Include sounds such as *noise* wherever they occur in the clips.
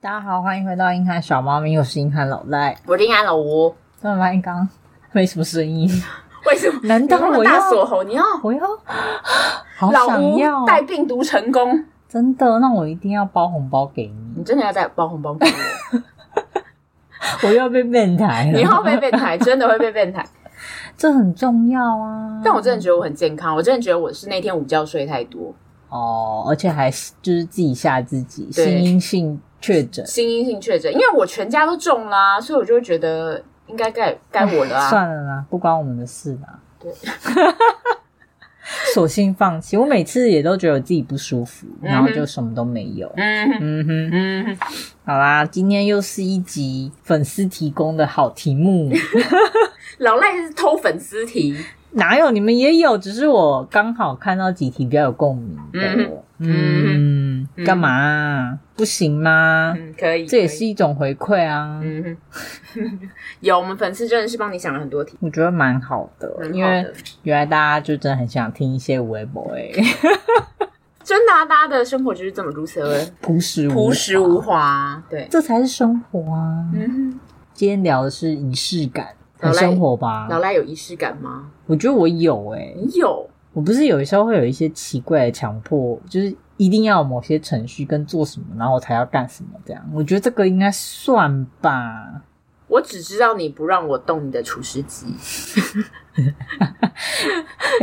大家好，欢迎回到硬汉小猫咪，我是硬汉老赖。我定安老吴，突然发现刚刚没什么声音，为什么？难道你那我么大要锁喉？你要我要好老想吴要哦带病毒成功，真的？那我一定要包红包给你， *laughs* 你真的要带包红包给我，我又要被变态了。你以后会被变态，真的会被变态。这很重要啊！但我真的觉得我很健康，我真的觉得我是那天午觉睡太多，哦，而且还是就是自己吓自己，对新阴性确诊，心因性确诊，因为我全家都中啦、所以我就会觉得应该该该我了啊。 *laughs* 算了啦，不关我们的事啦。对， *laughs* 索性放弃。我每次也都觉得我自己不舒服，然后就什么都没有。嗯哼嗯哼。嗯哼，好啦，今天又是一集粉丝提供的好题目， *laughs* 老赖是偷粉丝题，哪有你们也有，只是我刚好看到几题比较有共鸣的。嗯嗯，嗯干、嘛啊、不行吗？嗯，可以，这也可以是，一种回馈啊，嗯 *laughs* 哼，有我们粉丝真的是帮你想了很多题，我觉得蛮好的，蛮好的因为原来大家就真的很想听一些微博哎 *laughs* 诶，真的、啊，大家的生活就是这么如此而朴实朴实无华，华，对，这才是生活啊。嗯哼。今天聊的是仪式感，很老赖生活吧？老赖有仪式感吗？我觉得我有哎诶。没有，我不是有时候会有一些奇怪的强迫，就是一定要有某些程序跟做什么，然后我才要干什么这样。我觉得这个应该算吧。我只知道你不让我动你的厨师机， *laughs* *laughs*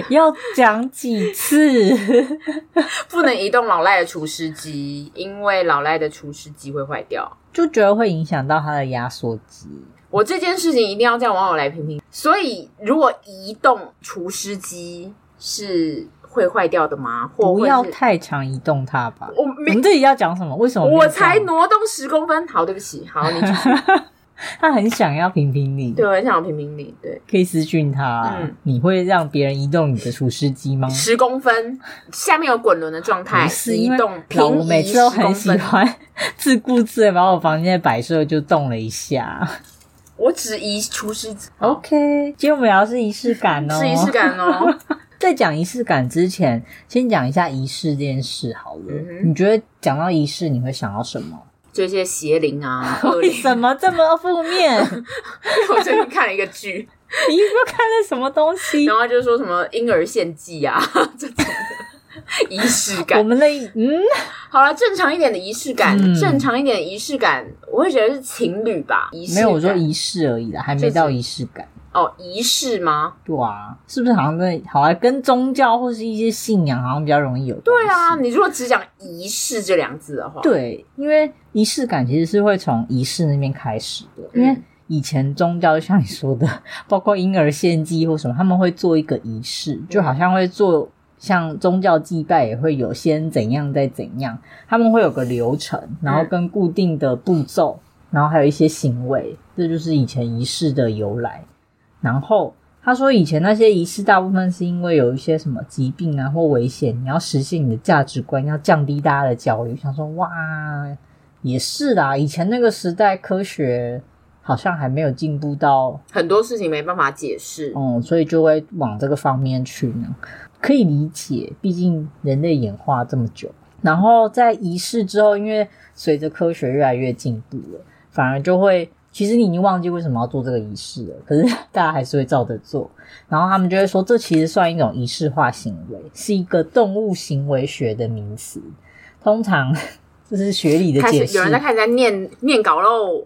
要讲几次？不能移动老赖的厨师机，因为老赖的厨师机会坏掉。 *laughs* 就觉得会影响到他的压缩机。我这件事情一定要叫网友来评评。所以，如果移动厨师机是会坏掉的吗？或不会要是太常移动它吧。我我没，们这里要讲什么？为什么没有我才讲挪动十公分。好，对不起，好，你继 *laughs* 续他很想要评评你，对我很想要评评你，对，可以私讯他。啊嗯你会让别人移动你的厨师机吗？十公分下面有滚轮的状态，不是移因为动 *laughs* 老平吴移每次都10很公喜分欢 *laughs* 自顾自的把我房间的摆设就动了一下。我只移厨师机。 OK，今天我们聊的是仪式感哦，哦 *laughs* 是仪式。感哦。在讲仪式感之前，先讲一下仪式这件事好了。嗯哼你觉得讲到仪式，你会想到 *laughs* 什么？这些邪灵 *laughs* 啊，恶为灵。 *laughs* 什么这么负面？你我最近看了一个 *laughs* 剧，又看了什么东西然？后就说什么婴儿献祭啊 *laughs* 这种的仪式我感。们的嗯，好了，正常一点的仪式感，嗯正常一点的仪式感，我会觉得是情侣吧。仪式没感有，我说仪式而已啦，还没到就是仪式感。哦，仪式吗？对啊，是不是好像跟好像跟宗教或是一些信仰好像比较容易有？对啊，，你如果只讲仪式这两字的话，，对，因为仪式感其实是会从仪式那边开始的，因为嗯以前宗教就像你说的，包括婴儿献祭或什么，他们会做一个仪式，就好像会做像宗教祭拜也会有先怎样再怎样，他们会有个流程，然后跟固定的步骤，然后还有一些行为，这就是以前仪式的由来。然后他说，以前那些仪式大部分是因为有一些什么疾病啊或危险，你要实现你的价值观，要降低大家的焦虑。想说，哇，也是啦，以前那个时代科学好像还没有进步到，很多事情没办法解释。嗯，所以就会往这个方面去呢，可以理解，毕竟人类演化这么久。然后在仪式之后，因为随着科学越来越进步了，反而就会，其实你已经忘记为什么要做这个仪式了，可是大家还是会照着做。然后他们就会说，这其实算一种仪式化行为，是一个动物行为学的名词。通常 *laughs* 这是学理的开解始释。有人在开始在念念稿喽，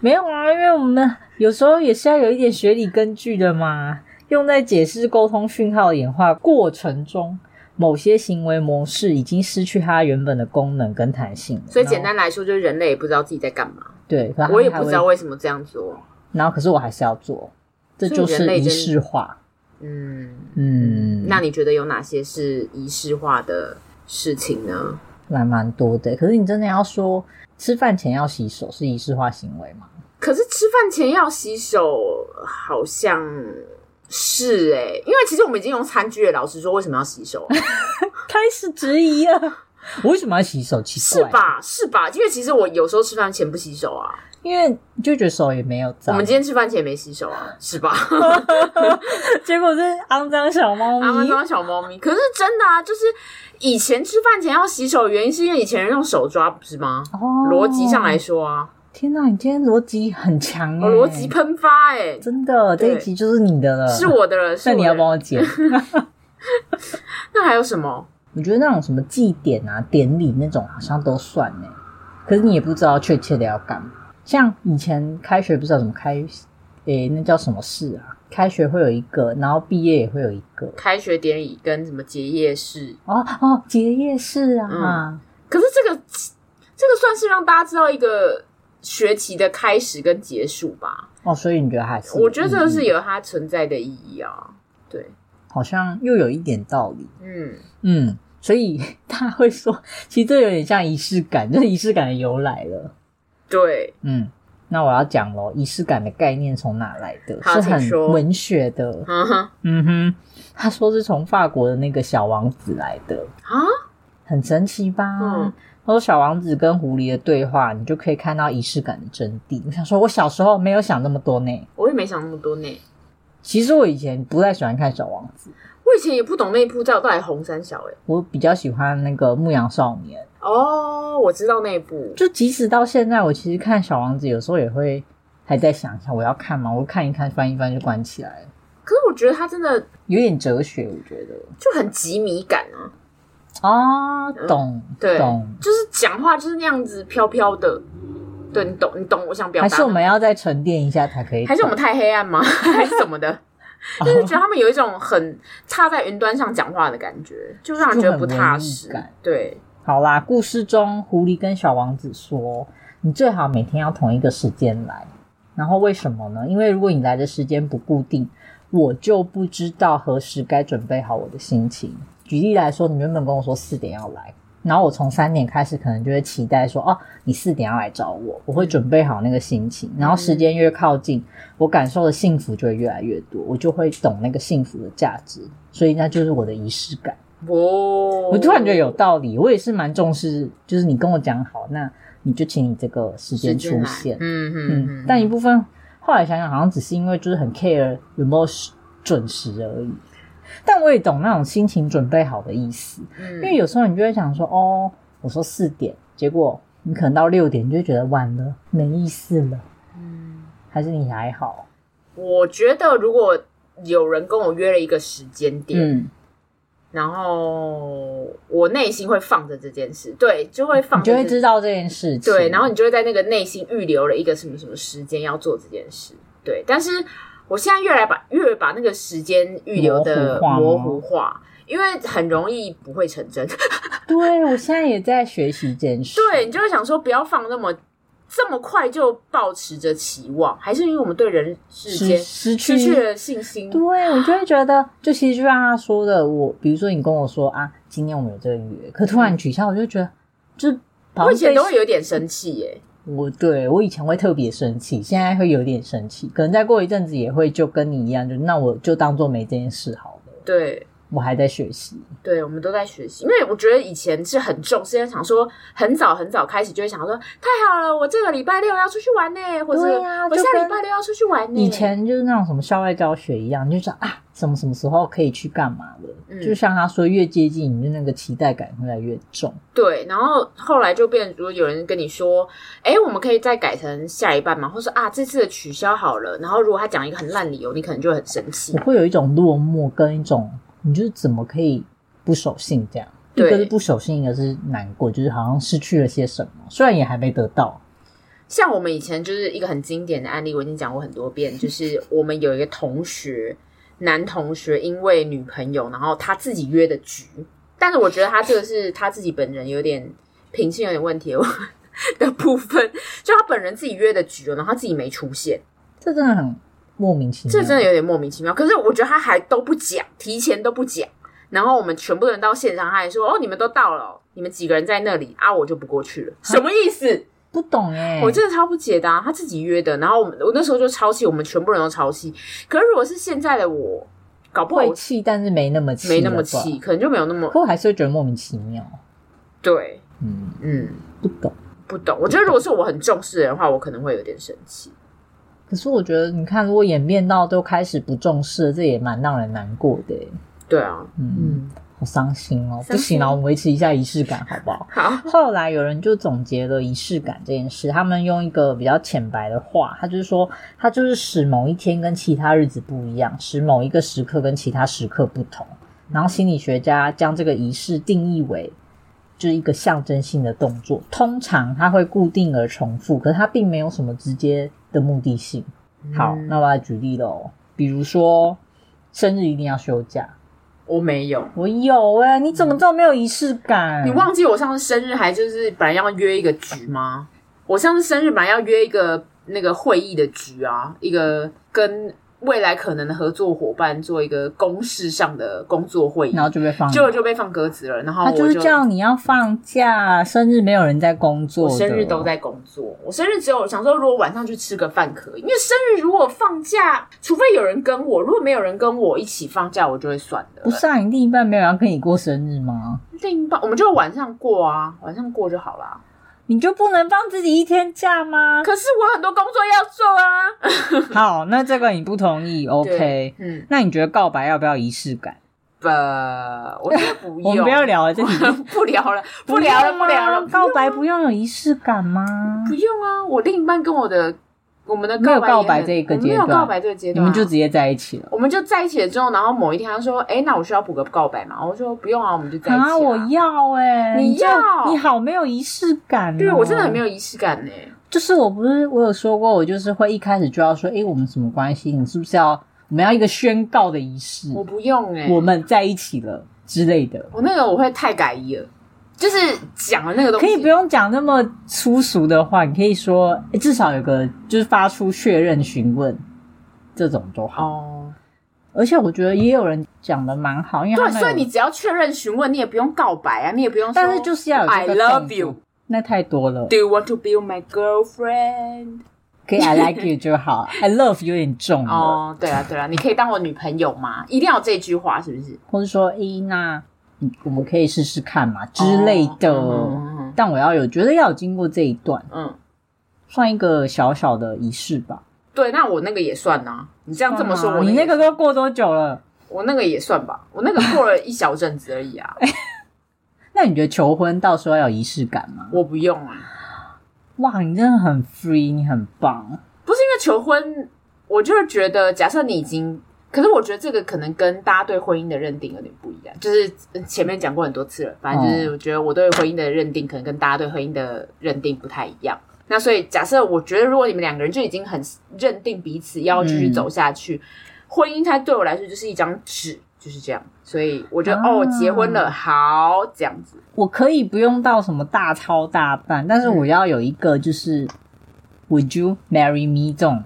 没有啊，因为我们有时候也是要有一点学理根据的嘛，用在解释沟通讯号演化过程中，某些行为模式已经失去它原本的功能跟弹性了。所以简单来说，就是人类也不知道自己在干嘛，对，可它我也还不会知道。为什么这样做。然后可是我还是要做，这就所以人是类仪真式化。嗯，嗯，那你觉得有哪些是仪式化的事情呢？蛮蛮多的。可是你真的要说吃饭前要洗手是仪式化行为吗？可是吃饭前要洗手，好像是哎、因为其实我们已经用餐具了。老实说，为什么要洗 *laughs* 手？开始质疑了，我为什么要洗手？啊奇是怪，吧？是吧？因为其实我有时候吃饭前不洗手啊，因为就觉得手也没有我脏，们今天吃饭前也没洗手啊，是吧？ *laughs* 结果是肮脏小猫阿妈咪，抓小猫咪，可是真的啊，就是以前吃饭前要洗手，原因是因为以前人用手抓，不是吗？哦逻辑上来，说啊，天哪，你今天逻辑很强欸我逻辑喷发哎、真的，这对一集就是你的了，是。我的了，是那我你的要了帮我剪？那还有什么？ *laughs* 我觉得那种什么祭典啊、典礼那种好像都算呢，可是你也不知道确切的要干嘛。像以前开学不知道怎么开，诶、那叫什么事啊？开学会有一个，然后毕业也会有一个。开学典礼跟什么结业式？哦哦，结业式啊，可是这个这个算是让大家知道一个学期的开始跟结束吧。哦，所以你觉得还是？我觉得这个是有它存在的意义啊。对，好像又有一点道理。嗯，嗯，所 *laughs* 以他会说，其实这有点像仪式感， *laughs* 就是仪式感的由来了。对，嗯，那我要讲喽，仪式感的概念从哪来的？好是请很说文学的。嗯哼，嗯哼，他说是从法国的那个小王子来的，啊，很神奇吧？嗯他说小王子跟狐狸的对话，你就可以看到仪式感的真谛。我想说，我小时候没有想那么多呢。我也没想那么多呢。其实我以前不太喜欢看小王子，我以前也不懂那一部到底红三小哎、我比较喜欢那个牧羊少年。哦，我知道那一部，就即使到现在，我其实看小王子有时候也会还在想一下，我要看吗？我看一看，翻一翻就关起来了，可是我觉得它真的有点哲学，我觉得就很极迷感啊，啊，懂，哦对懂。就是讲话就是那样子飘飘的。对你懂，你懂我想表达还的。是我们要再沉淀一下才可以懂，还是我们太黑暗 *laughs* 吗？还是什么的？但是觉得他们有一种很踏在云端上讲话的感觉，就让人觉得不踏实就很文艺感。对，好啦，故事中狐狸跟小王子说：“你最好每天要同一个时间来。”然后为什么呢？因为如果你来的时间不固定，我就不知道何时该准备好我的心情。举例来说，你原本跟我说四点要来，然后我从三点开始可能就会期待说：“哦，你四点要来找我。”我会准备好那个心情。然后时间越靠近，我感受的幸福就会越来越多，我就会懂那个幸福的价值。所以那就是我的仪式感。哇！我我突然觉得有道理，我也是蛮重视，就是你跟我讲好，那你就请你这个时间出现。嗯嗯嗯嗯，，但一部分后来想想，好像只是因为就是很 care 有没有准时而已。但我也懂那种心情准备好的意思，因为嗯有时候你就会想说，哦，我说四点，结果你可能到六点，你就会觉得晚了，没意思了，嗯，还是你还好？我觉得如果有人跟我约了一个时间点，嗯，然后我内心会放着这件事，对，就会放你着就这，会知道这件事情。对，然后你就会在那个内心预留了一个什么什么时间要做这件事，对。但是我现在越来把越把那个时间预留的模糊化吗模糊化，因为很容易不会成真。 *laughs* 对我现在也在学习这件事。对你就会想说，不要放那么这么快就抱持着期望，还是因为我们对人世失间失去失去了信心。对，我就会觉得，就其实就像他说的，我比如说你跟我说啊，今天我们有这个约，可突然取消，我就觉得，就是好像我以前被都会有点生气耶、我对我以前会特别生气，现在会有点生气，可能再过一阵子也会就跟你一样，就那我就当做没这件事好了，对，我还在学习，对，我们都在学习，因为我觉得以前是很重视，想说很早很早开始就会想说，太好了，我这个礼拜六要出去玩呢，或者对呀我就下跟礼拜六要出去玩呢。以前就是那种什么校外教学一样，你就想啊，什么什么时候可以去干嘛了，嗯就像他说，越接近你的那个期待感越来越重，对，然后后来就变，如果有人跟你说，哎，我们可以再改成下一半嘛，或是啊这次的取消好了，然后如果他讲一个很烂理由，你可能就会很生气我。会有一种落寞跟一种，你就是怎么可以不守信这样？一对个是不守信，一个是难过，就是好像失去了些什么，虽然也还没得到。像我们以前就是一个很经典的案例，我已经讲过很多遍，就是我们有一个同学，男同学因为女朋友，然后他自己约的局，但是我觉得他这个是他自己本人有点品性有点问题我的 *laughs* 部分，就他本人自己约的局，然后他自己没出现，这真的很莫名其妙。这真的有点莫名其妙。可是我觉得他还都不讲，提前都不讲，然后我们全部人到现场，他还说：“哦，你们都到了哦，你们几个人在那里啊，我就不过去了。”什么意思？不懂哎、我真的超不解的、啊，他自己约的，然后我们我那时候就超气，我们全部人都超气。可是如果是现在的我，搞不好会我气，但是没那么气，没那么气，，可能就没有那么可我还是会觉得莫名其妙。对，嗯，嗯，不懂。不懂。我觉得如果是我很重视的人的话，我可能会有点生气。可是我觉得，你看，如果演变到都开始不重视了，这也蛮让人难过的耶。对啊，嗯，嗯，好伤心哦！伤心不行了，我们维持一下仪式感好不好？好，后来有人就总结了仪式感这件事，他们用一个比较浅白的话，他就是说，它就是使某一天跟其他日子不一样，使某一个时刻跟其他时刻不同。然后心理学家将这个仪式定义为就是一个象征性的动作，通常它会固定而重复，可是它并没有什么直接的目的性。好，嗯那我来举例喽，比如说生日一定要休假，我没有。我有哎、你怎么知道没有仪式感？嗯你忘记我上次生日还就是本来要约一个局吗？我上次生日本来要约一个那个会议的局啊，一个跟未来可能的合作伙伴做一个公事上的工作会议然，后就被放结果就被放鸽子了。然后他哦我就是叫你要放假，生日没有人在工作我的，生日都在工作，我生日只有想说，如果晚上去吃个饭可以，因为生日如果放假，除非有人跟我，如果没有人跟我一起放假，我就会算的。不是啊？你另一半没有要跟你过生日吗？另一半，我们就晚上过啊，晚上过就好啦。你就不能放自己一天假吗？ *laughs* 可是我很多工作要做啊。好，那这个你不同意，OK？ *laughs* 对嗯，那你觉得告白要不要仪式感？呃，我觉得不用，我们不要聊了，这题不聊 *laughs* 了， *laughs* 不聊啊了，不聊了，告白不用有仪式感吗不？用啊！我另一半跟我的我们的没有告白也很这个我们没阶有段告白这个阶你段啊，们就直接在一起了我们就在一起了之后，然后某一天他说：“哎，那我需要补个告白嘛？”我说：“不用啊，我们就在一起、啊？我要哎、你这要你好没有仪式感、哦，对我真的很没有。有仪式感呢、就是我不是我有说过，我就是会一开始就要说，诶，我们什么关系？你是不是要我们要一个宣告的仪式？我不用哎、我们在一起了之类的，我那个我会太改一了，就是讲了那个东可西以不用讲那么粗俗的话，你可以说，诶至少有个就是发出确认询问这种就好。哦。而且我觉得也有人讲的蛮好，因为他对，们有所以你只要确认询问，你也不用告白啊，你也不用说。但是就是要有这 I 个 love 动作 you. 那太多了 Do，you want to be my girlfriend？可以 I like you 就 *laughs* 好，I love 有点重了，哦，对啊，对啊，你可以当我女朋友吗？一定要有这句话，是不是？或者说，诶，那你我们可以试试看嘛之类的。哦但我要有觉得要有经过这一段，嗯嗯嗯嗯，算一个小小的仪式吧。对，那我那个也算呐、你这样这么说，干嘛我啊你那个都过多久了？我那个也算吧，我那个过了一小阵子而已啊，那你觉得求婚到时候要有仪式感吗？我不用啊，哇，你真的很 free，你很棒。不是因为求婚，我就是觉得，假设你已经。可是我觉得这个可能跟大家对婚姻的认定有点不一样，就是前面讲过很多次了，反正就是我觉得我对婚姻的认定可能跟大家对婚姻的认定不太一样。那所以假设我觉得如果你们两个人就已经很认定彼此要继续走下去，婚姻它对我来说就是一张纸，就是这样。所以我觉得、啊哦，结婚了，好这样子，我可以不用到什么大操大办，但是我要有一个就是、Would you marry me 这种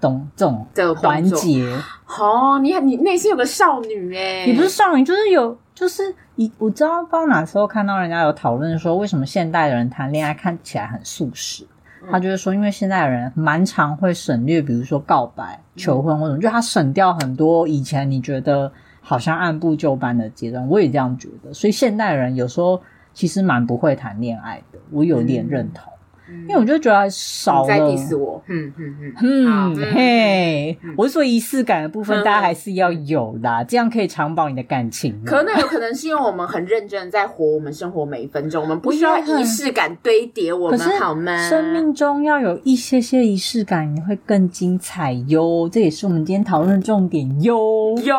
懂这种这个动作环节。哦，你很你内心有个少女哎、你不是少女，就是有，就是你我知道，不知道哪时候看到人家有讨论说，为什么现代的人谈恋爱看起来很素食。嗯他就是说，因为现代人蛮常会省略，比如说告白、求婚或者什么，就他省掉很多以前你觉得好像按部就班的阶段。我也这样觉得，所以现代人有时候其实蛮不会谈恋爱的，我有点认同，嗯，因为我就觉得少你在了。 diss 我，嗯嗯嗯，好嗯嗯，嘿嗯，我是说仪式感的部分，嗯大家还是要有啦，这样可以长保你的感情。可能有可能是因为我们很认真地在活我们生活每一分钟，我们不需要我觉得很仪式感堆叠我可们是好吗？生命中要有一些些仪式感，你会更精彩哟。这也是我们今天讨论的重点哟。有，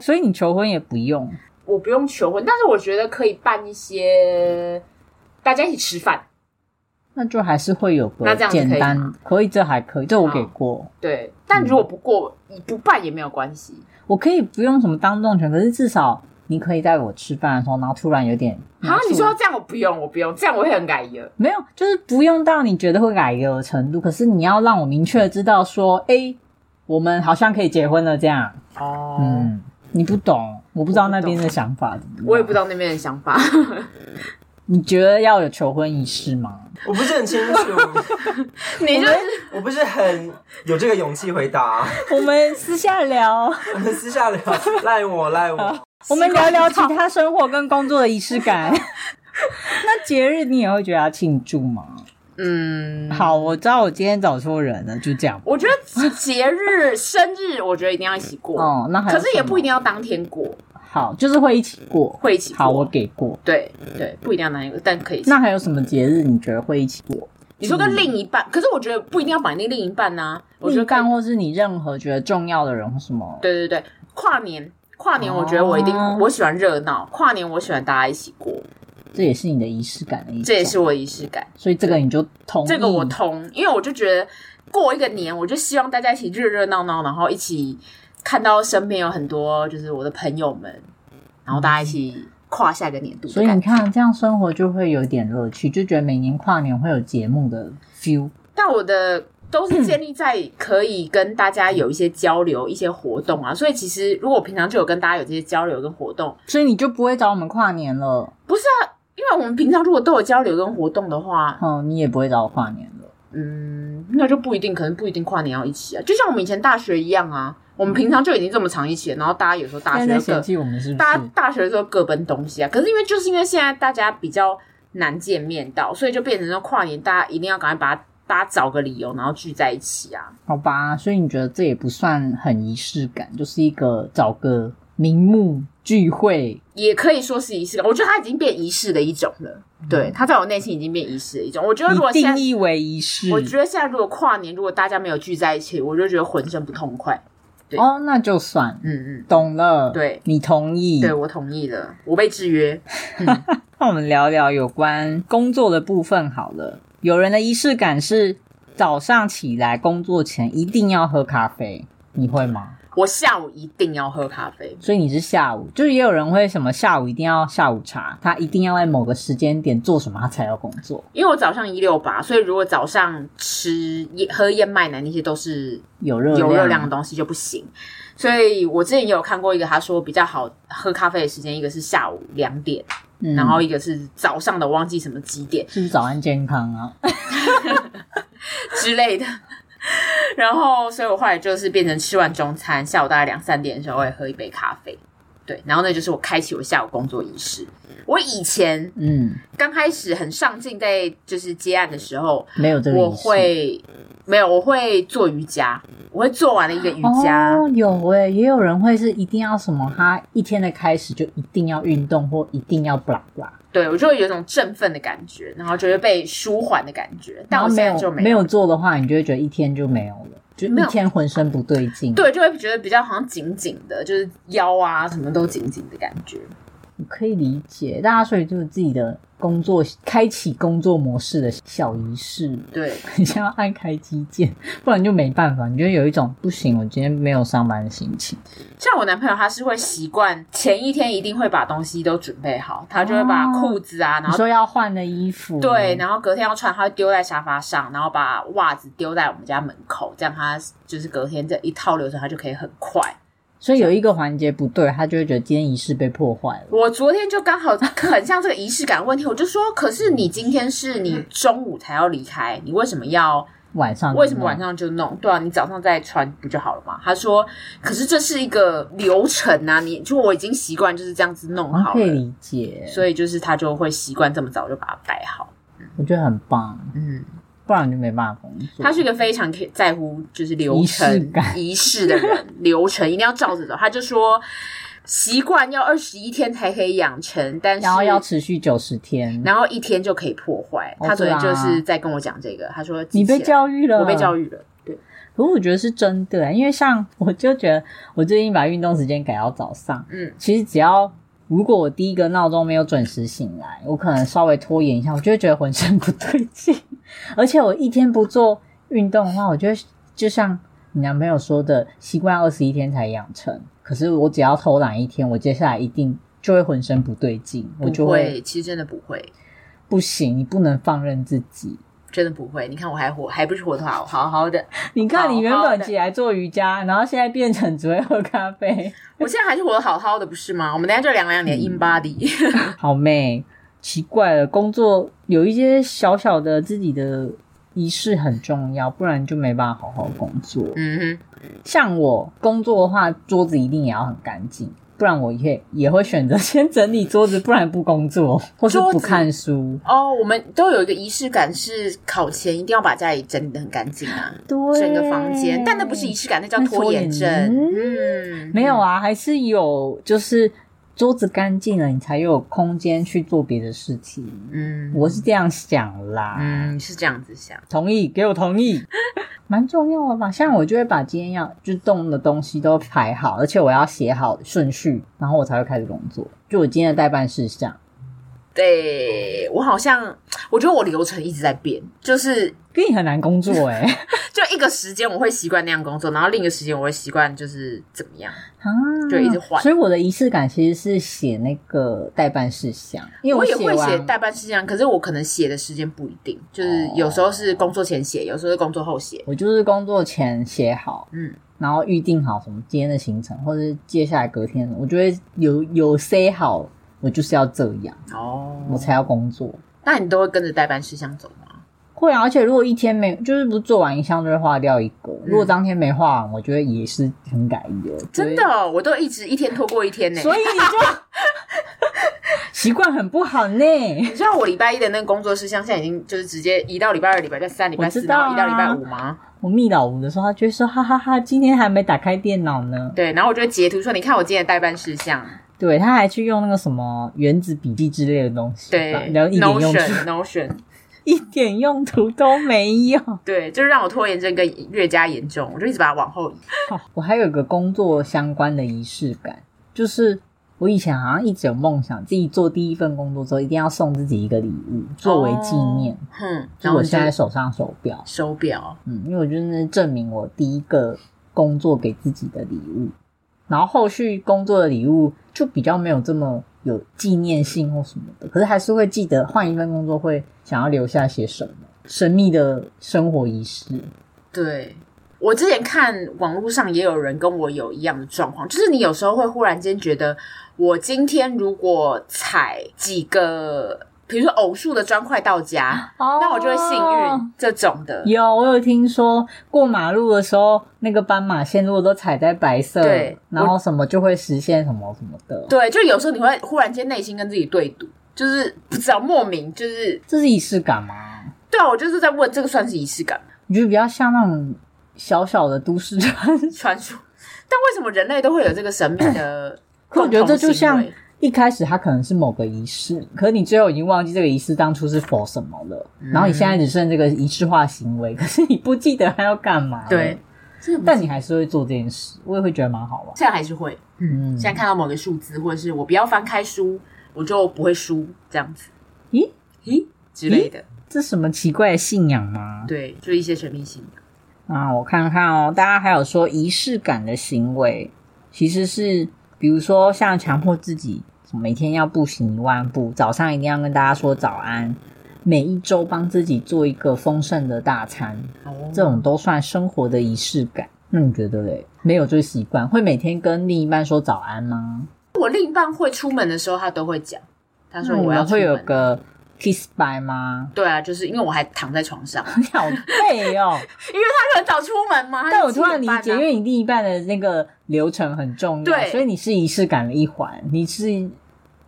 所以你求婚也不用，我不用求婚，但是我觉得可以办一些大家一起吃饭，那就还是会有那个这样子可以简吗单，可以，这还可以，这我给过。对。但如果不过、不办也没有关系，我可以不用什么当众权，可是至少你可以在我吃饭的时候，然后突然有点啊，你拿出说这样我不用，我不用，这样我会很感的。没有，就是不用到你觉得会改革的程度，可是你要让我明确的知道说，诶，我们好像可以结婚了这样。哦嗯，你不懂，我不知道那边的想法怎么样我也不知道那边的想 *laughs* 法，你觉得要有求婚仪式吗？我不是很清楚，你就是我不是很有这个勇气回答。我们私下聊，我们私下聊，赖我赖我。 *laughs* 我们聊聊其他 *laughs* 生活跟工作的仪式感。那节日你也会觉得要庆祝吗？嗯，好，我知道我今天找错人了，就这样。我觉得节日、生日，我觉得一定要一起过，哦，那还有可是也什么不一定要当天过，好，就是会一起过。会一起过。好，我给过。对对，不一定要当天过，但可以一起。那还有什么节日你觉得会一起过？你说跟另一半，可是我觉得不一定要绑定另一半呐、我觉另得一可以半或是你任何觉得重要的人或什么？对对对，跨年，跨年，我觉得我一定，哦我喜欢热闹，跨年我喜欢大家一起过，这也是你的仪式感的一种。这也是，我的仪式感，所以这个你就同意这个我通，因为我就觉得过一个年，我就希望大家一起热热闹闹，然后一起看到身边有很多就是我的朋友们，然后大家一起跨下一个年度所的以感你觉。看，这样生活就会有点乐趣，就觉得每年跨年会有节目的 feel。但我的都是建 *clears throat* 立在可以跟大家有一些交流、一些活动啊，所以其实如果我平常就有跟大家有这些交流跟活动，所以你就不会找我们跨年了，不是啊，因为我们平常如果都有交流跟活动的话，哦，你也不会找我跨年了。嗯，那就不一定，可能不一定跨年要一起啊，就像我们以前大学一样啊，我们平常就已经这么长一起了，然后大家有时候大现学在在就嫌各弃我们是不大是家？大学的时候各奔东西啊，可是因为就是因为现在大家比较难见面到，所以就变成说跨年大家一定要赶快把它大家找个理由，然后聚在一起啊。好吧，所以你觉得这也不算很仪式感，就是一个找个名目聚会。也可以说是仪式感，我觉得它已经变仪式的一种了。对，它在我内心已经变仪式的一种。我觉得嗯你如果现定在，义为仪式，我觉得现在如果跨年，如果大家没有聚在一起，我就觉得浑身不痛快。对哦，那就算嗯懂了。对，你同嗯，。意对我同意了，我被制约。那我们聊聊有关工作的部分好了。有人的仪式感是早上起来工作前一定要喝咖啡，你会吗？我下午一定要喝咖啡，所以你是下午，就是也有人会什么下午一定要下午茶，他一定要在某个时间点做什么，他才要工作。因为我早上一六八，所以如果早上吃喝燕麦奶那些都是有热有热量量的东西就不行。所以我之前也有看过一个，他说比较好喝咖啡的时间，一个是下午两点，嗯然后一个是早上的忘记什么几点。是不是早安健康啊？之类的。 *laughs* 然后，所以我后来就是变成吃完中餐，下午大概两三点的时候会喝一杯咖啡，对，然后那就是我开启我下午工作仪式。我以前嗯，刚开始很上进，在就是接案的时候，没有这个仪式。我会没有，我会做瑜伽，我会做完了一个瑜伽，哦，有诶、也有人会是一定要什么，他一天的开始就一定要运动或一定要 blah blah，对我就会有一种振奋的感觉，然后就会被舒缓的感觉，但然后我现没在有就没有做的话，你就会觉得一天就没有了，就没一有天浑身不对劲。对，就会觉得比较好像紧紧的，就是腰啊什么都紧紧的感觉。我可以理解，大家所以就有自己的工作，开启工作模式的小仪式， *laughs* 对，很像要按开机键，不然就没办法，你就会有一种不行，我今天没有上班的心情。像我男朋友，他是会习惯前一天一定会把东西都准备好，他就会把哦裤子啊，然你后说嗯要换的衣服，对，然后隔天要穿，他会丢在沙发上，然后把袜子丢在我们家门口，这样他就是隔天这一套流程，他就可以很快。所以有一个环节不对，他就会觉得今天仪式被破坏了。我昨天就刚好很像这个仪式感问题，我就说，可是你今天是你中午才要离开，你为什么要晚上为什么晚上？上就弄？对啊，你早上再穿不就好了吗？他说，可是这是一个流程啊，你就我已经习惯就是这样子弄我好可以了。理解，所以就是他就会习惯这么早就把它摆好。我觉得很棒，嗯，不然我就没办法工作。他是一个非常在乎就是流仪式程感仪式的人，流程一定要照着走。他就说，习惯要二十一天才可以养成，但是然后要持续九十天，然后一天就可以破坏。哦他昨天对就啊是在跟我讲这个，他说你被育教育了，我被教育。育了。对，可是我觉得是真的，欸因为像我就觉得我最近把运动时间改到早上，嗯，其实只要。如果我第一个闹钟没有准时醒来，我可能稍微拖延一下，我就会觉得浑身不对劲。 *laughs* 而且我一天不做运动的话，我就会就像你男朋友说的，习惯二十一天才养成。可是我只要偷懒一天，我接下来一定就会浑身不对劲，我就不会会，其实真的不会，不行，你不能放任自己。真的不会。你看我还活，还不是活得好好好的，你看，好你原好本的起来做瑜伽，然后现在变成只会喝咖啡，我现在还是活得好好的，不是吗？我们等一下就量量你的嗯 in body。 *laughs* 好妹，奇怪了，工作有一些小小的自己的仪式很重要，不然就没办法好好工作。嗯哼。像我工作的话，桌子一定也要很干净，不然我也也会选择 *laughs* 先整理桌子，不然不工作或是桌不子看书。哦，我们都有一个仪式感，是考前一定要把家里整理的很干净啊，对整个房间。但那不是仪式感，那叫拖延症。那拖嗯，没有啊，还是有，就是桌子干净了，你才有空间去做别的事情。嗯，我是这样想啦，嗯是这样子想。同意，给我同意， *laughs* 蛮重要的吧？像我就会把今天要就动的东西都排好，而且我要写好顺序，然后我才会开始工作。就我今天的代办事项，对我好像，我觉得我流程一直在变，就是跟你很难工作哎、就一个时间我会习惯那样工作，然后另一个时间我会习惯就是怎么样。 *laughs* 啊，对一直换所以我的仪式感其实是写那个代办事项，因为我也写会写完代办事项，可是我可能写的时间不一定，就是哦有时候是工作前写，有时候是工作后写。我就是工作前写好，嗯，然后预定好什么今天的行程，或者是接下来隔天的，我就会有有 say 好，我就是要这样，哦，我才要工作。那你都会跟着代办事项走吗？会啊，而且如果一天没，就是不是做完一项就会划掉一个，嗯如果当天没画完，我觉得也是很改意哦。真的、哦，我都一直一天拖过一天呢。所以，所以你 *laughs* 就习惯很不好呢。你知道我礼拜一的那个工作事项，现在已经就是直接移到礼拜二、礼拜三、礼拜我四，知道啊然后移到礼拜五吗？我密老吴的时候，他就会说哈哈哈今天还没打开电脑呢。对，然后我就会截图说，你看我今天的代办事项，对，他还去用那个什么原子笔记之类的东西，对然后一点用处， ，notion notion， *laughs* 一点用途都没有。对，就是让我拖延症更越加严重，我就一直把它往后移。我还有一个工作相关的仪式感，就是我以前好像一直有梦想，自己做第一份工作之后一定要送自己一个礼物作为纪念，哼、哦然就是后我你就现在手上手表，手表，嗯，因为我觉得那是证明我第一个工作给自己的礼物，然后后续工作的礼物就比较没有这么有纪念性或什么的，可是还是会记得换一份工作会想要留下些什么神秘的生活仪式。对我之前看网络上也有人跟我有一样的状况，就是你有时候会忽然间觉得，我今天如果踩几个，比如说偶数的砖块到家，那我就会幸哦运这种的。有，我有听说过马路的时候，那个斑马线如果都踩在白色，对然后什么就会实现什么什么的。，对，就有时候你会忽然间内心跟自己对赌，就是不知道莫名就是这是仪式感吗？对啊，我就是在问这个算是仪式感吗我觉得比较像那种小小的都市传说。传说，但为什么人类都会有这个神秘的 *coughs* 共可同行我为？觉得这就像一开始它可能是某个仪式，可是你最后已经忘记这个仪式当初是否什么了，嗯然后你现在只剩这个仪式化行为， *laughs* 可是你不记得它要干嘛。对，，嗯但你还是会做这件事，我也会觉得蛮好玩。现在还是会。嗯，现在看到某个数字，或者是我不要翻开书，我就不会输这样子，咦，咦之类的，这什么奇怪的信仰吗？对，就一些神秘性。啊，我看看哦，大家还有说仪式感的行为，其实是比如说像强迫自己每天要步行一万步，早上一定要跟大家说早安，每一周帮自己做一个丰盛的大餐，哦这种都算生活的仪式感。那你觉得嘞？没有这习惯，会每天跟另一半说早安吗？我另一半会出门的时候，他都会讲，他说那你我要们出门会有个 kiss by 吗？ *laughs* 对啊，就是因为我还躺在床上，你好背哦！因为他很早出门嘛。但我他突就然理7解，点半因啊为你另一半的那个流程很重要，对所以你是仪式感的一环，你是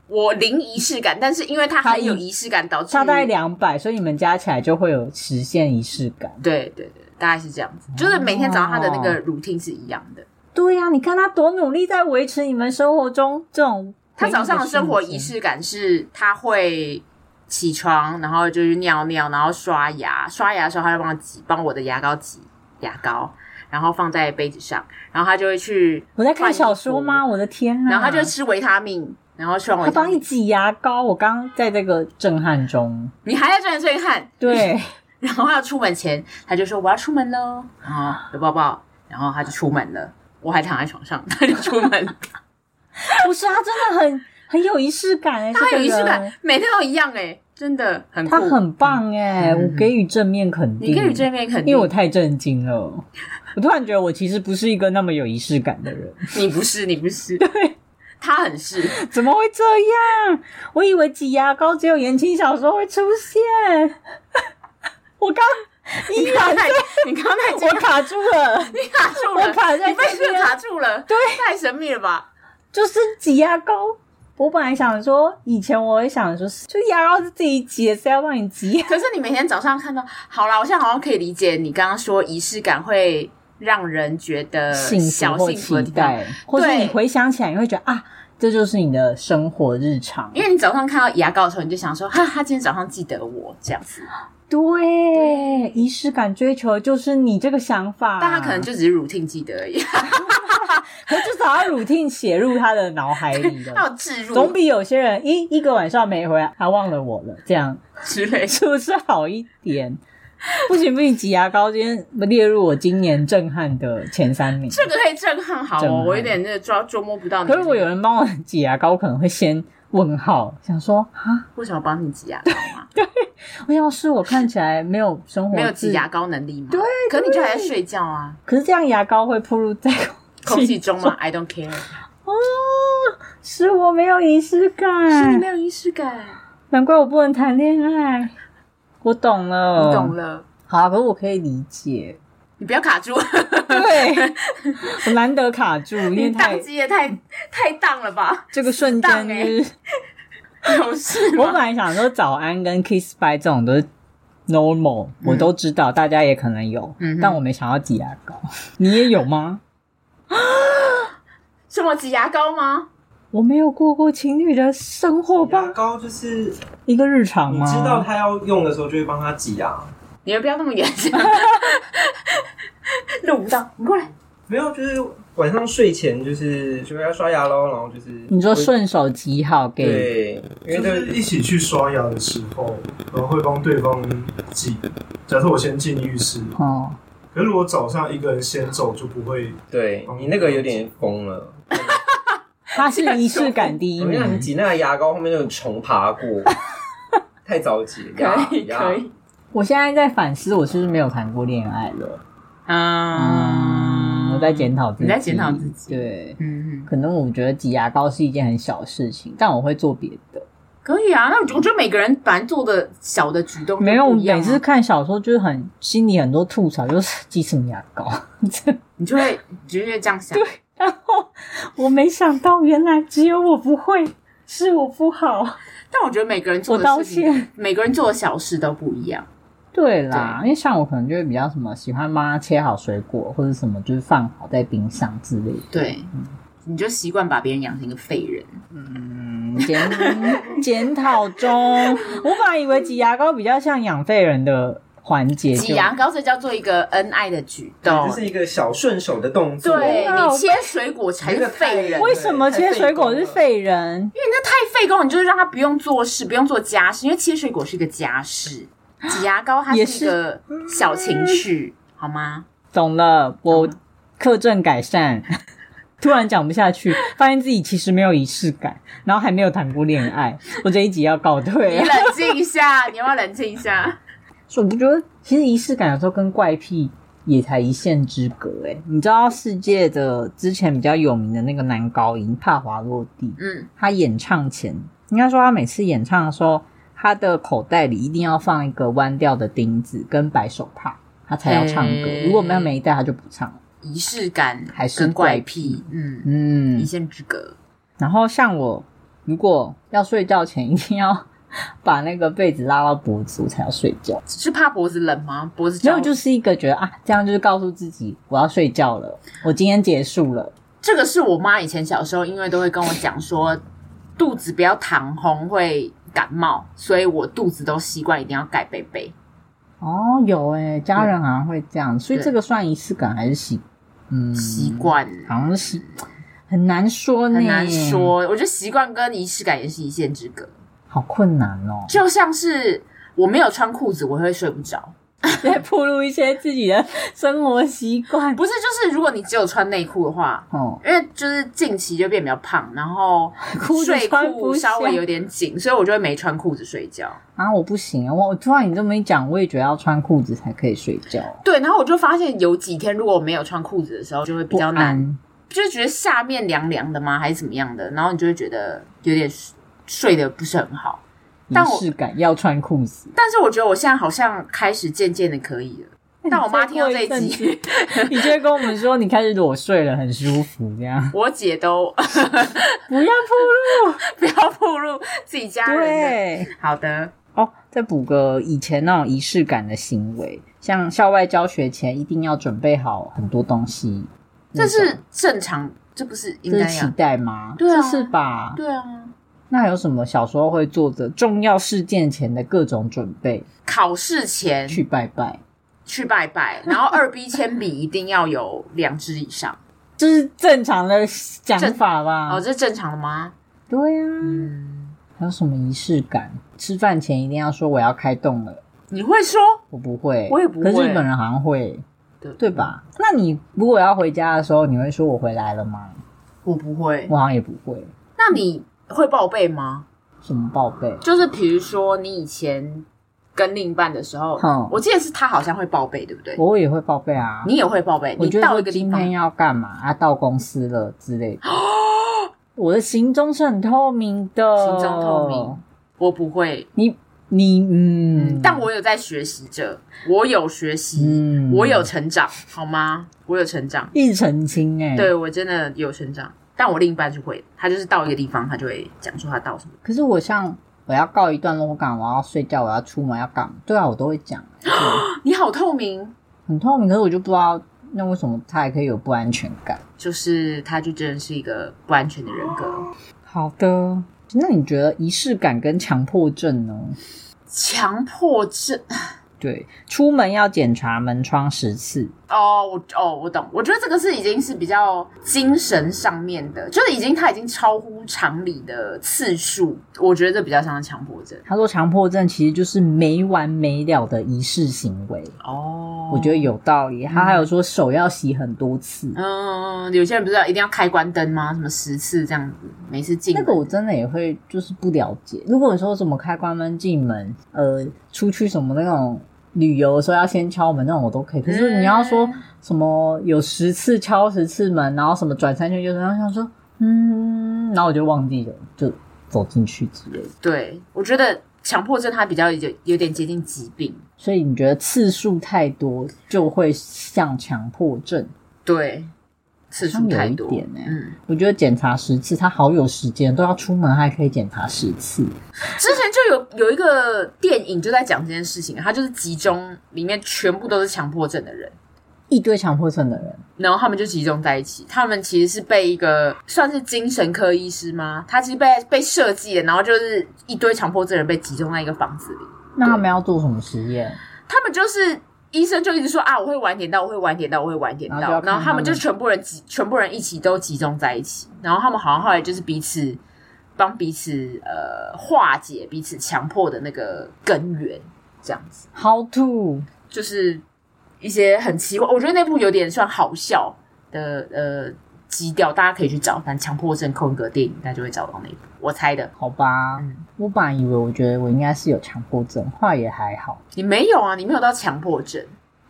我零仪式感，但是因为他他很有一仪式感，导致差大概两百，所以你们加起来就会有实现仪式感。对对对，大概是这样子，就是每天早上他的那个 routine 是一样的。对呀、你看他多努力在维持你们生活中这种他早上的每一个生活瞬间仪，式感是他会起床，然后就是尿尿，然后刷牙。刷牙的时候，他会帮我挤，帮我的牙膏挤牙膏，然后放在杯子上，然后他就会去，我在看小说吗？我的天啊！然后他就会吃维他命，然后吃完维他他帮你命，挤牙膏，我刚刚在这个震撼中，你还在转这里看， *laughs* 对，然后要出门前，他就说我要出门喽，然后有抱抱，然后他就出门了，我还躺在床上，他就出门 *laughs* 了，不是他啊真的很很有仪式感哎、欸，他有仪式这个人感，，每天都一样哎、真的很他酷很棒哎、嗯我给予正面肯定，你可以这面肯定，因为我太震惊了，我突然觉得我其实不是一个那么有仪式感的人，你不是，你不是，对，他很 *laughs* 是，怎么会这样？我以为挤牙膏只有言情小说会出现，我刚依然太，你刚才我卡住了，你卡住了，我卡在你被这边这卡住了，对，太神秘了吧？就是挤牙膏。我本来想说，以前我也想说，就牙膏是自己挤的，谁要帮 *laughs* 你挤？可是你每天早上看到，好啦，我现在好像可以理解你刚刚说仪式感会让人觉得幸小福或幸福的期地方，待，或者对你回想起来，你会觉得啊，这就是你的生活日常。因为你早上看到牙膏的时候，你就想说，哈，他今天早上记得我这样子，啊对，仪式感追求的就是你这个想法，但他可能 *laughs* 就只是 routine 记得而已，可是至少要 routine 写入他的脑 *laughs* 海里他了，有置入 *laughs* 总比有些人一一个晚上没回来，他忘了我了，这样 *laughs* 之类的。是不是好一点？ *laughs* 不行不行，挤牙膏今天列入我今年震撼的前三名。这个可以震撼 *laughs* 好震哦，撼我有点那个抓捉摸不到你可的那个。是如果有人帮我挤牙膏，我可能会先问号，想说啊，为什么帮你挤牙膏吗？我要是我看起来没有生活没有自挤牙，膏能力吗？对，可你就还在睡觉啊，可是这样牙膏会暴露在空气中吗？I don't care， *laughs* 哦，是我没有仪式是你感没，有仪式感，难怪我不能谈恋爱。我懂了，你懂。了，好啊，可是我可以理解。你不要卡 *laughs* 住，对，我难得卡住，因你为太宕机也太太宕了吧？这个瞬间就是，有事 *laughs* 我本吗？来想说早安跟 kiss bye 这种都是 normal，、我都知道，大家也可能有，嗯哼但我没想到挤牙膏，你也有吗？什么挤牙膏吗？ *laughs* 我没有过过情侣的生活牙吧，膏就是一个日常你吗？知道他要用的时候，就会帮他挤啊。你们不要那么远， *laughs* 录不到，你过来。没有，就是晚上睡前就是就要刷牙喽，然后就是你说顺手挤好给对，因为就这是个一起去刷牙的时候，然后会帮对方挤。假设我先进浴室，哦，可是如果早上一个人先走，就不会。对哦你那个有点疯了。他是仪式感第一 *laughs* 我跟你讲，你名，挤那个牙膏，后面就有虫爬过，太着急了。牙可以牙可以，我现在在反思，我是不是没有谈过恋爱了？嗯，嗯我在检讨自己，你在检讨自己对。嗯，嗯可能我觉得挤牙膏是一件很小的事情，但我会做别的。可以啊。那我觉得每个人反正做的小的举动都没有，我不一样啊每次看小说就是很心里很多吐槽，就是挤什么牙膏。 *laughs* 你就会你就会这样想，然后我没想到，原来只有我不会，是我不好。但我觉得每个人做我的道事情歉，每个人做的小事都不一样。对啦，因为像我可能就会比较什么喜欢帮他切好水果或者什么，就是放好在冰箱之类的。对，你就习惯把别人养成一个废人。嗯检检讨中，我本来以为挤牙膏比较像养废人的环节，挤牙膏这叫做一个恩爱的举动这。是一个小顺手的动作。对啊你切水果才是废人，*laughs* 我为什么切水果是废人？那太费工了，你就是让他不用做事，不用做家事，因为切水果是一个家事，挤牙膏它也是一个小情绪，好吗？懂了，我课正改善。 *laughs* 突然讲不下去，发现自己其实没有仪式感，然后还没有谈过恋爱，我这一集要告你退了。冷静一下，你要不要冷静一下？所以我觉得，其实仪式感有时候跟怪癖也才一线之隔、欸。你知道世界的之前比较有名的那个男高音帕华洛蒂，嗯，他演唱前，应该说他每次演唱的时候，他的口袋里一定要放一个弯掉的钉子跟白手帕，他才要唱歌。嗯如果没有没带，他就不唱了。仪式感还是跟怪怪癖，嗯，嗯一，线之隔。然后像我，如果要睡觉前，一定要把那个被子拉到脖子，我才要睡觉。只是怕脖子冷吗？脖子没焦有，就是一个觉得啊，这样就是告诉自己我要睡觉了，我今天结束了。这个是我妈以前小时候，因为都会跟我讲说，肚子不要躺红会感冒，所以我肚子都习惯一定要盖被被。哦，有诶、家人好像会这样，所以对这个算仪式感还是习，嗯，习，惯、好像是很难说呢，很难，说，我觉得习惯跟仪式感也是一线之隔。，好困难哦就像是我没有穿裤子，我会睡不着。在暴露一些自己的生活习惯。不是，就是如果你只有穿内裤的话，哦，因为就是近期就变比较胖，然后裤子睡穿裤不稍微下有点紧，所以我就会没穿裤子睡觉。啊，我不行啊，我我突然你这么一讲，我也觉得要穿裤子才可以睡觉，对，然后我就发现有几天如果我没有穿裤子的时候，就会比较不难安就是觉得下面凉凉的吗，还是怎么样的？然后你就会觉得有点睡得不是很好。但仪我式感要穿裤子， *laughs* 但是我觉得我现在好像开始渐渐的可以了，但我妈听到这哎再过一阵集，子，你就会跟我们说你开始裸睡了，很舒服这样。我姐都 *laughs* 不要不要暴露自己家铺人的。对好的，哦，再补个以前那种仪式感的行为，像校外教学前一定要准备好很多东西，这那是种正常，这不是应这该是期呀？待吗？对啊这是吧？对啊，那有什么小时候会做的重要事件前的各种准备？考试前去拜拜，去拜 *laughs* 拜，然后二 B 铅笔一定要有两支以上。这是正常的讲法吧？哦，这是正常的吗？对啊，嗯，还有什么仪式感？吃饭前一定要说我要开动了。你会说我不会，我也不会可是日本人好像会，对对吧？那你如果要回家的时候，你会说我回来了吗？我不会，我好像也不会。那你会报备吗？什么报备？就是比如说你以前跟另一半的时候嗯，我记得是他好像会报备，对不对？我也会报备啊。你也会报备，我你觉得到说一个地今方天要干嘛啊？到公司了之类的。 *gasps* 我的行踪是很透明的，哦行踪透明。我不会，你你哦嗯嗯，但我有在学习着，我有学习，嗯我有成长，好吗？我有成长，一直澄清哎、对我真的有成长。但我另一半是会的，他就是到一个地方，他就会讲说他到什么。可是我像我要告一段落，我干嘛我要睡觉，我要出门要干嘛？对啊，我都会讲、欸对你好透明，很透明。可是我就不知道那为什么他还可以有不安全感。就是他就真的是一个不安全的人格，好的，那你觉得仪式感跟强迫症呢？强迫症。对，出门要检查门窗十次，哦，我哦，我懂。我觉得这个是已经是比较精神上面的，就是已经他已经超乎常理的次数，我觉得这比较像是强迫症。他说强迫症其实就是没完没了的仪式行为，哦我觉得，有道理。他还有说手要洗很多次，嗯，有些人不是要一定要开关灯吗？什么十次这样子，每次进那个我真的也会就是不了解。如果你说什么开关门进门，呃，出去什么那种旅游的时候要先敲门那种我都可以，可是你要嗯说什么有十次敲十次门，然后什么转三圈就是，然后想说嗯，然后我就忘记了，就走进去之类的。对，我觉得强迫症它比较有有点接近疾病。所以你觉得次数太多就会像强迫症？对，次数太多，好像有一点欸嗯，我觉得检查十次，他好有时间，都要出门还可以检查十次。之前就有有一个电影就在讲这件事情，它就是集中里面全部都是强迫症的人。一堆强迫症的人，然后他们就集中在一起。他们其实是被一个算是精神科医师吗？他其实被被设计的，然后就是一堆强迫症人被集中在一个房子里。那他们要做什么实验？他们就是医生就一直说啊，我会晚点到，我会晚点到，我会晚点到。然后就要看然后他们他就们全部人集，全部人一起都集中在一起。然后他们好像后来就是彼此帮彼此呃化解彼此强迫的那个根源，这样子 How to？就是一些很奇怪。我觉得那部有点算好笑的呃基调，大家可以去找。但强迫症空格电影，大家就会找到那一部。我猜的，好吧，嗯我本来以为我觉得我应该是有强迫症，后来也还好，你没有啊？你没有到强迫症。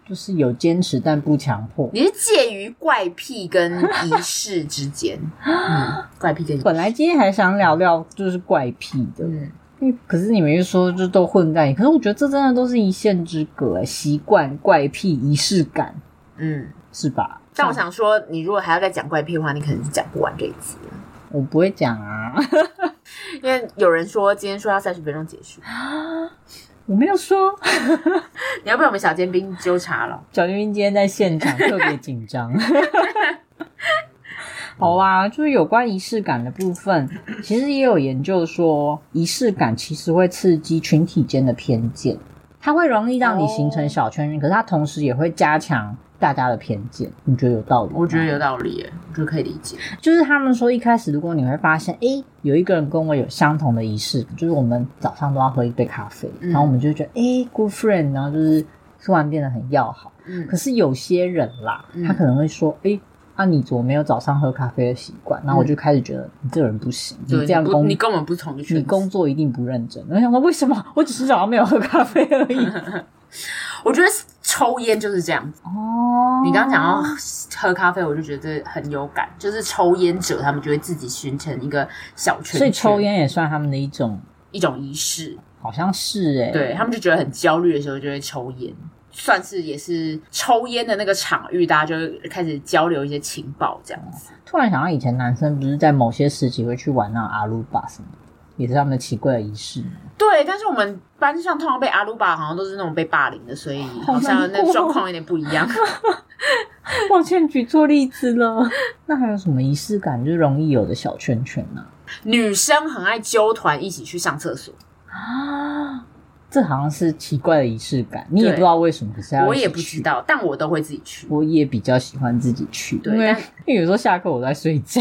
就是有坚持但不强迫。你是介于怪癖跟仪式之间， *gasps* 嗯，怪癖跟仪式本来今天还想聊聊就是怪癖的，嗯，因为可是你们又说就都混在一起，可是我觉得这真的都是一线之隔，哎习惯、怪癖、仪式感嗯，是吧？但我想说，你如果还要再讲怪癖的话，你可能是讲不完这一集，我不会讲啊， *laughs* 因为有人说今天说要三十分钟结束，我没有说。你要被我们小尖兵纠察了。小尖兵今天在现 *laughs* 场特别紧张。 *laughs* 好啊，就是有关仪式感的部分，其实也有研究说，仪式感其实会刺激群体间的偏见，它会容易让你形成小哦圈圈，可是它同时也会加强大家的偏见。你觉得有道理吗？我觉得有道理耶，我觉得可以理解。就是他们说一开始，如果你会发现，诶，有一个人跟我有相同的仪式，就是我们早上都要喝一杯咖啡，嗯然后我们就会觉得，诶 g o o d friend，然后就是突然变得很要好。嗯可，是有些人啦，嗯他可能会说，诶，啊，你怎么没有早上喝咖啡的习惯？然后我就开始觉得你这个人不行，对，这样你工不你根本不是同一个圈你子。工作一定不认真。我想说，为什么？我只是早上没有喝咖啡而已。我觉得抽烟就是这样子。哦，你刚刚讲到喝咖啡，我就觉得这很有感，就是抽烟者他们就会自己形成一个小圈圈，所以抽烟也算他们的一种，一种仪式。好像是诶。欸对他们就觉得很焦虑的时候就会抽烟，算是也是抽烟的那个场域，大家就会开始交流一些情报这样子。突然想到以前男生不是在某些时期会去玩那种阿鲁巴什么的，也是他们奇怪的仪式。对，但是我们班上通常被阿鲁巴好像都是那种被霸凌的，所以好好像难那过状况有点不一 *laughs* 样。抱歉，举错例子了。 *laughs* 那还有什么仪式感就容易有的小圈圈呢、女生很爱纠团一起去上厕所，啊，这好像是奇怪的仪式感，你也不知道为什么，可是要我一起也不知去。道，但我都会自己去。我也比较喜欢自己去，对因为但因为有时候下课我在睡 *laughs* 觉，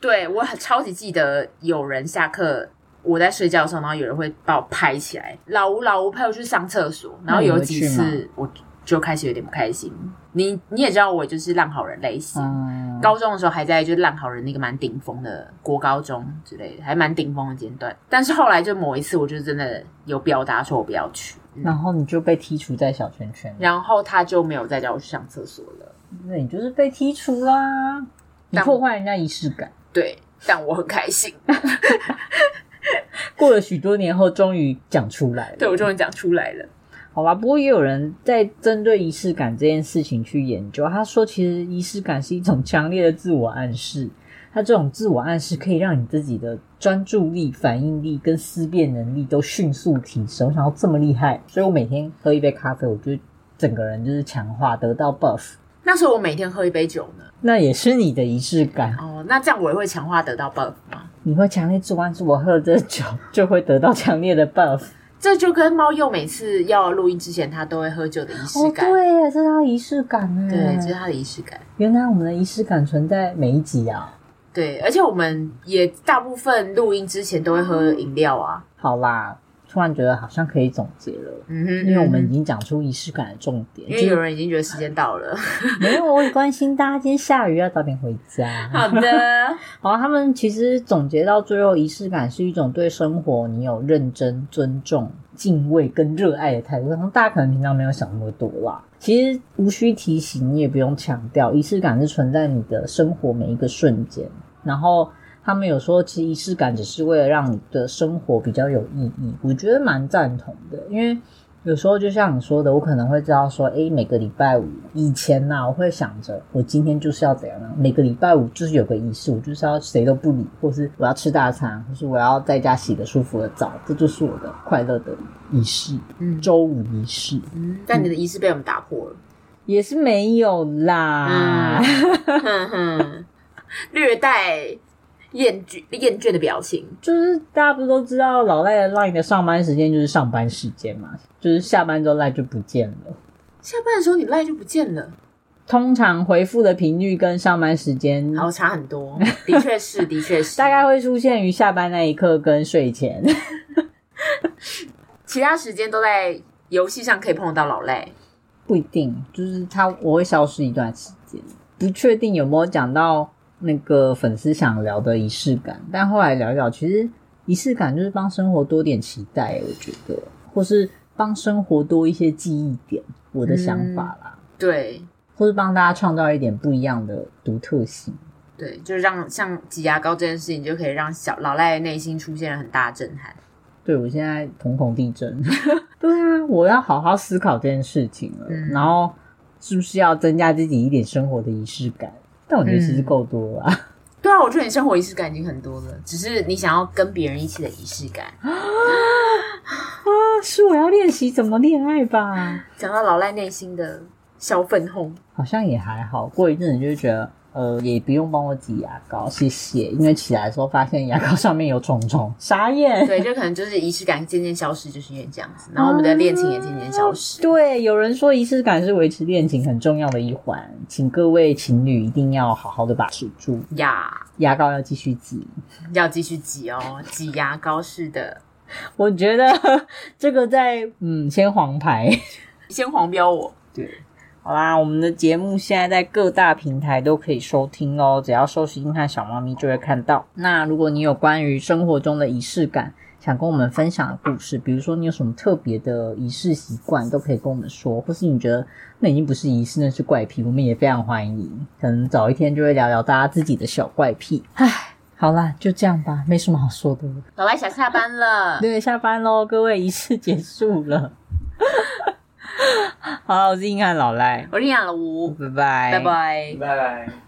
对我很超级记得有人下课。我在睡觉的时候，然后有人会把我拍起来，老吴老吴拍我去上厕所，然后有几那你次我就开始有点不开心。你你也知道，我就是烂好人类型，嗯，高中的时候还在就是烂好人那个蛮顶峰的国高中之类的，还蛮顶峰的阶段。但是后来就某一次，我就真的有表达说我不要去，嗯然后你就被剔除在小圈圈，然后他就没有再叫我去上厕所了。那你就是被剔除啦，你但破坏人家仪式感。对，但我很开心，过了许多年后，终于讲出来了。对我终于讲出来了。好吧，不过也有人在针对仪式感这件事情去研究。他说，其实仪式感是一种强烈的自我暗示，它这种自我暗示可以让你自己的专注力、反应力跟思辨能力都迅速提升。我想要这么厉害，所以我每天喝一杯咖啡，我就整个人就是强化，得到 buff。那时候我每天喝一杯酒呢。那也是你的仪式感，哦，那这样我也会强化得到 buff 吗？你会强烈自我暗示，我喝了这酒就会得到强烈的 buff。这就跟猫鼬每次要录音之前，他都会喝酒的仪式哦，感。对耶，这是他的仪式感呢。对，这是他的仪式感。原来我们的仪式感存在每一集啊。对，而且我们也大部分录音之前都会喝饮料啊。好啦，突然觉得好像可以总结了，嗯哼，因为我们嗯已经讲出仪式感的重点。因为有人已经觉得时间到了。今天没有，我也关心大家今天下雨要早点回家。好的，好啊，他们其实总结到最后，仪式感是一种对生活你有认真、尊重、敬畏跟热爱的态度。然后大家可能平常没有想那么多啦，其实无需提醒，你也不用强调，仪式感是存在你的生活每一个瞬间。然后他们有说，其实仪式感只是为了让你的生活比较有意义，我觉得蛮赞同的，因为。有时候就像你说的，我可能会知道说，诶，每个礼拜五以前呐、我会想着我今天就是要怎样呢？啊每个礼拜五就是有个仪式，我就是要谁都不理，或是我要吃大餐，或是我要在家洗个舒服的澡，这就是我的快乐的仪式。嗯周五仪式嗯，但你的仪式被我们打破了，也是没有啦，哼哼，略带厌倦厌倦的表情。 *laughs* 就是大家不都知道老赖的 line 的上班时间就是上班时间嘛，就是下班之后赖就不见了。下班的时候你赖就不见了，通常回复的频率跟上班时间然后差很多，的确是，的确是， *laughs* 大概会出现于下班那一刻跟睡前。 *laughs* 其他时间都在游戏上可以碰得到老赖。不一定，就是他我会消失一段时间，不确定有没有讲到那个粉丝想聊的仪式感，但后来聊一聊，其实仪式感就是帮生活多点期待，我觉得，或是帮生活多一些记忆点，我的想法啦，嗯对或是帮大家创造一点不一样的独特性。对，就是让像挤牙膏这件事情，就可以让小老赖内心出现了很大的震撼。对我现在瞳孔地震， *laughs* 对啊，我要好好思考这件事情了，嗯然后是不是要增加自己一点生活的仪式感？但我觉得其实嗯够多了啊。 *laughs* 对啊，我觉得你生活仪式感已经很多了，只是你想要跟别人一起的仪式感。啊是我要练习怎么恋爱吧？讲到老赖内心的小粉 *laughs* 红，好像也还好，过一阵子就会觉得，呃，也不用帮我挤牙膏，谢谢。因为起来的时候发现牙膏上面有虫虫，傻眼。对，就可能就是仪式感渐渐消失，就是因为这样子。然后我们的恋情也渐渐消失。对，有人说仪式感是维持恋情很重要的一环，请各位情侣一定要好好的把持住，嗯呀牙膏要继续挤。要继续挤哦，挤牙膏式的，我觉得 *laughs* 这个在嗯，先黄牌。先黄标我。好啦，我们的节目现在在各大平台都可以收听哦，只要搜“音和小猫咪”就会看到。那如果你有关于生活中的仪式感，想跟我们分享的故事，比如说你有什么特别的仪式习惯，都可以跟我们说，或是你觉得那已经不是仪式，那是怪癖，我们也非常欢迎。可能早一天就会聊聊大家自己的小怪癖。唉，好啦，就这样吧，没什么好说的了。老 *laughs* 赖想下班了， *laughs* 对，下班喽，各位，仪式结束了。好，我是硬汉老赖，我是养了吴，拜拜，拜拜。拜拜。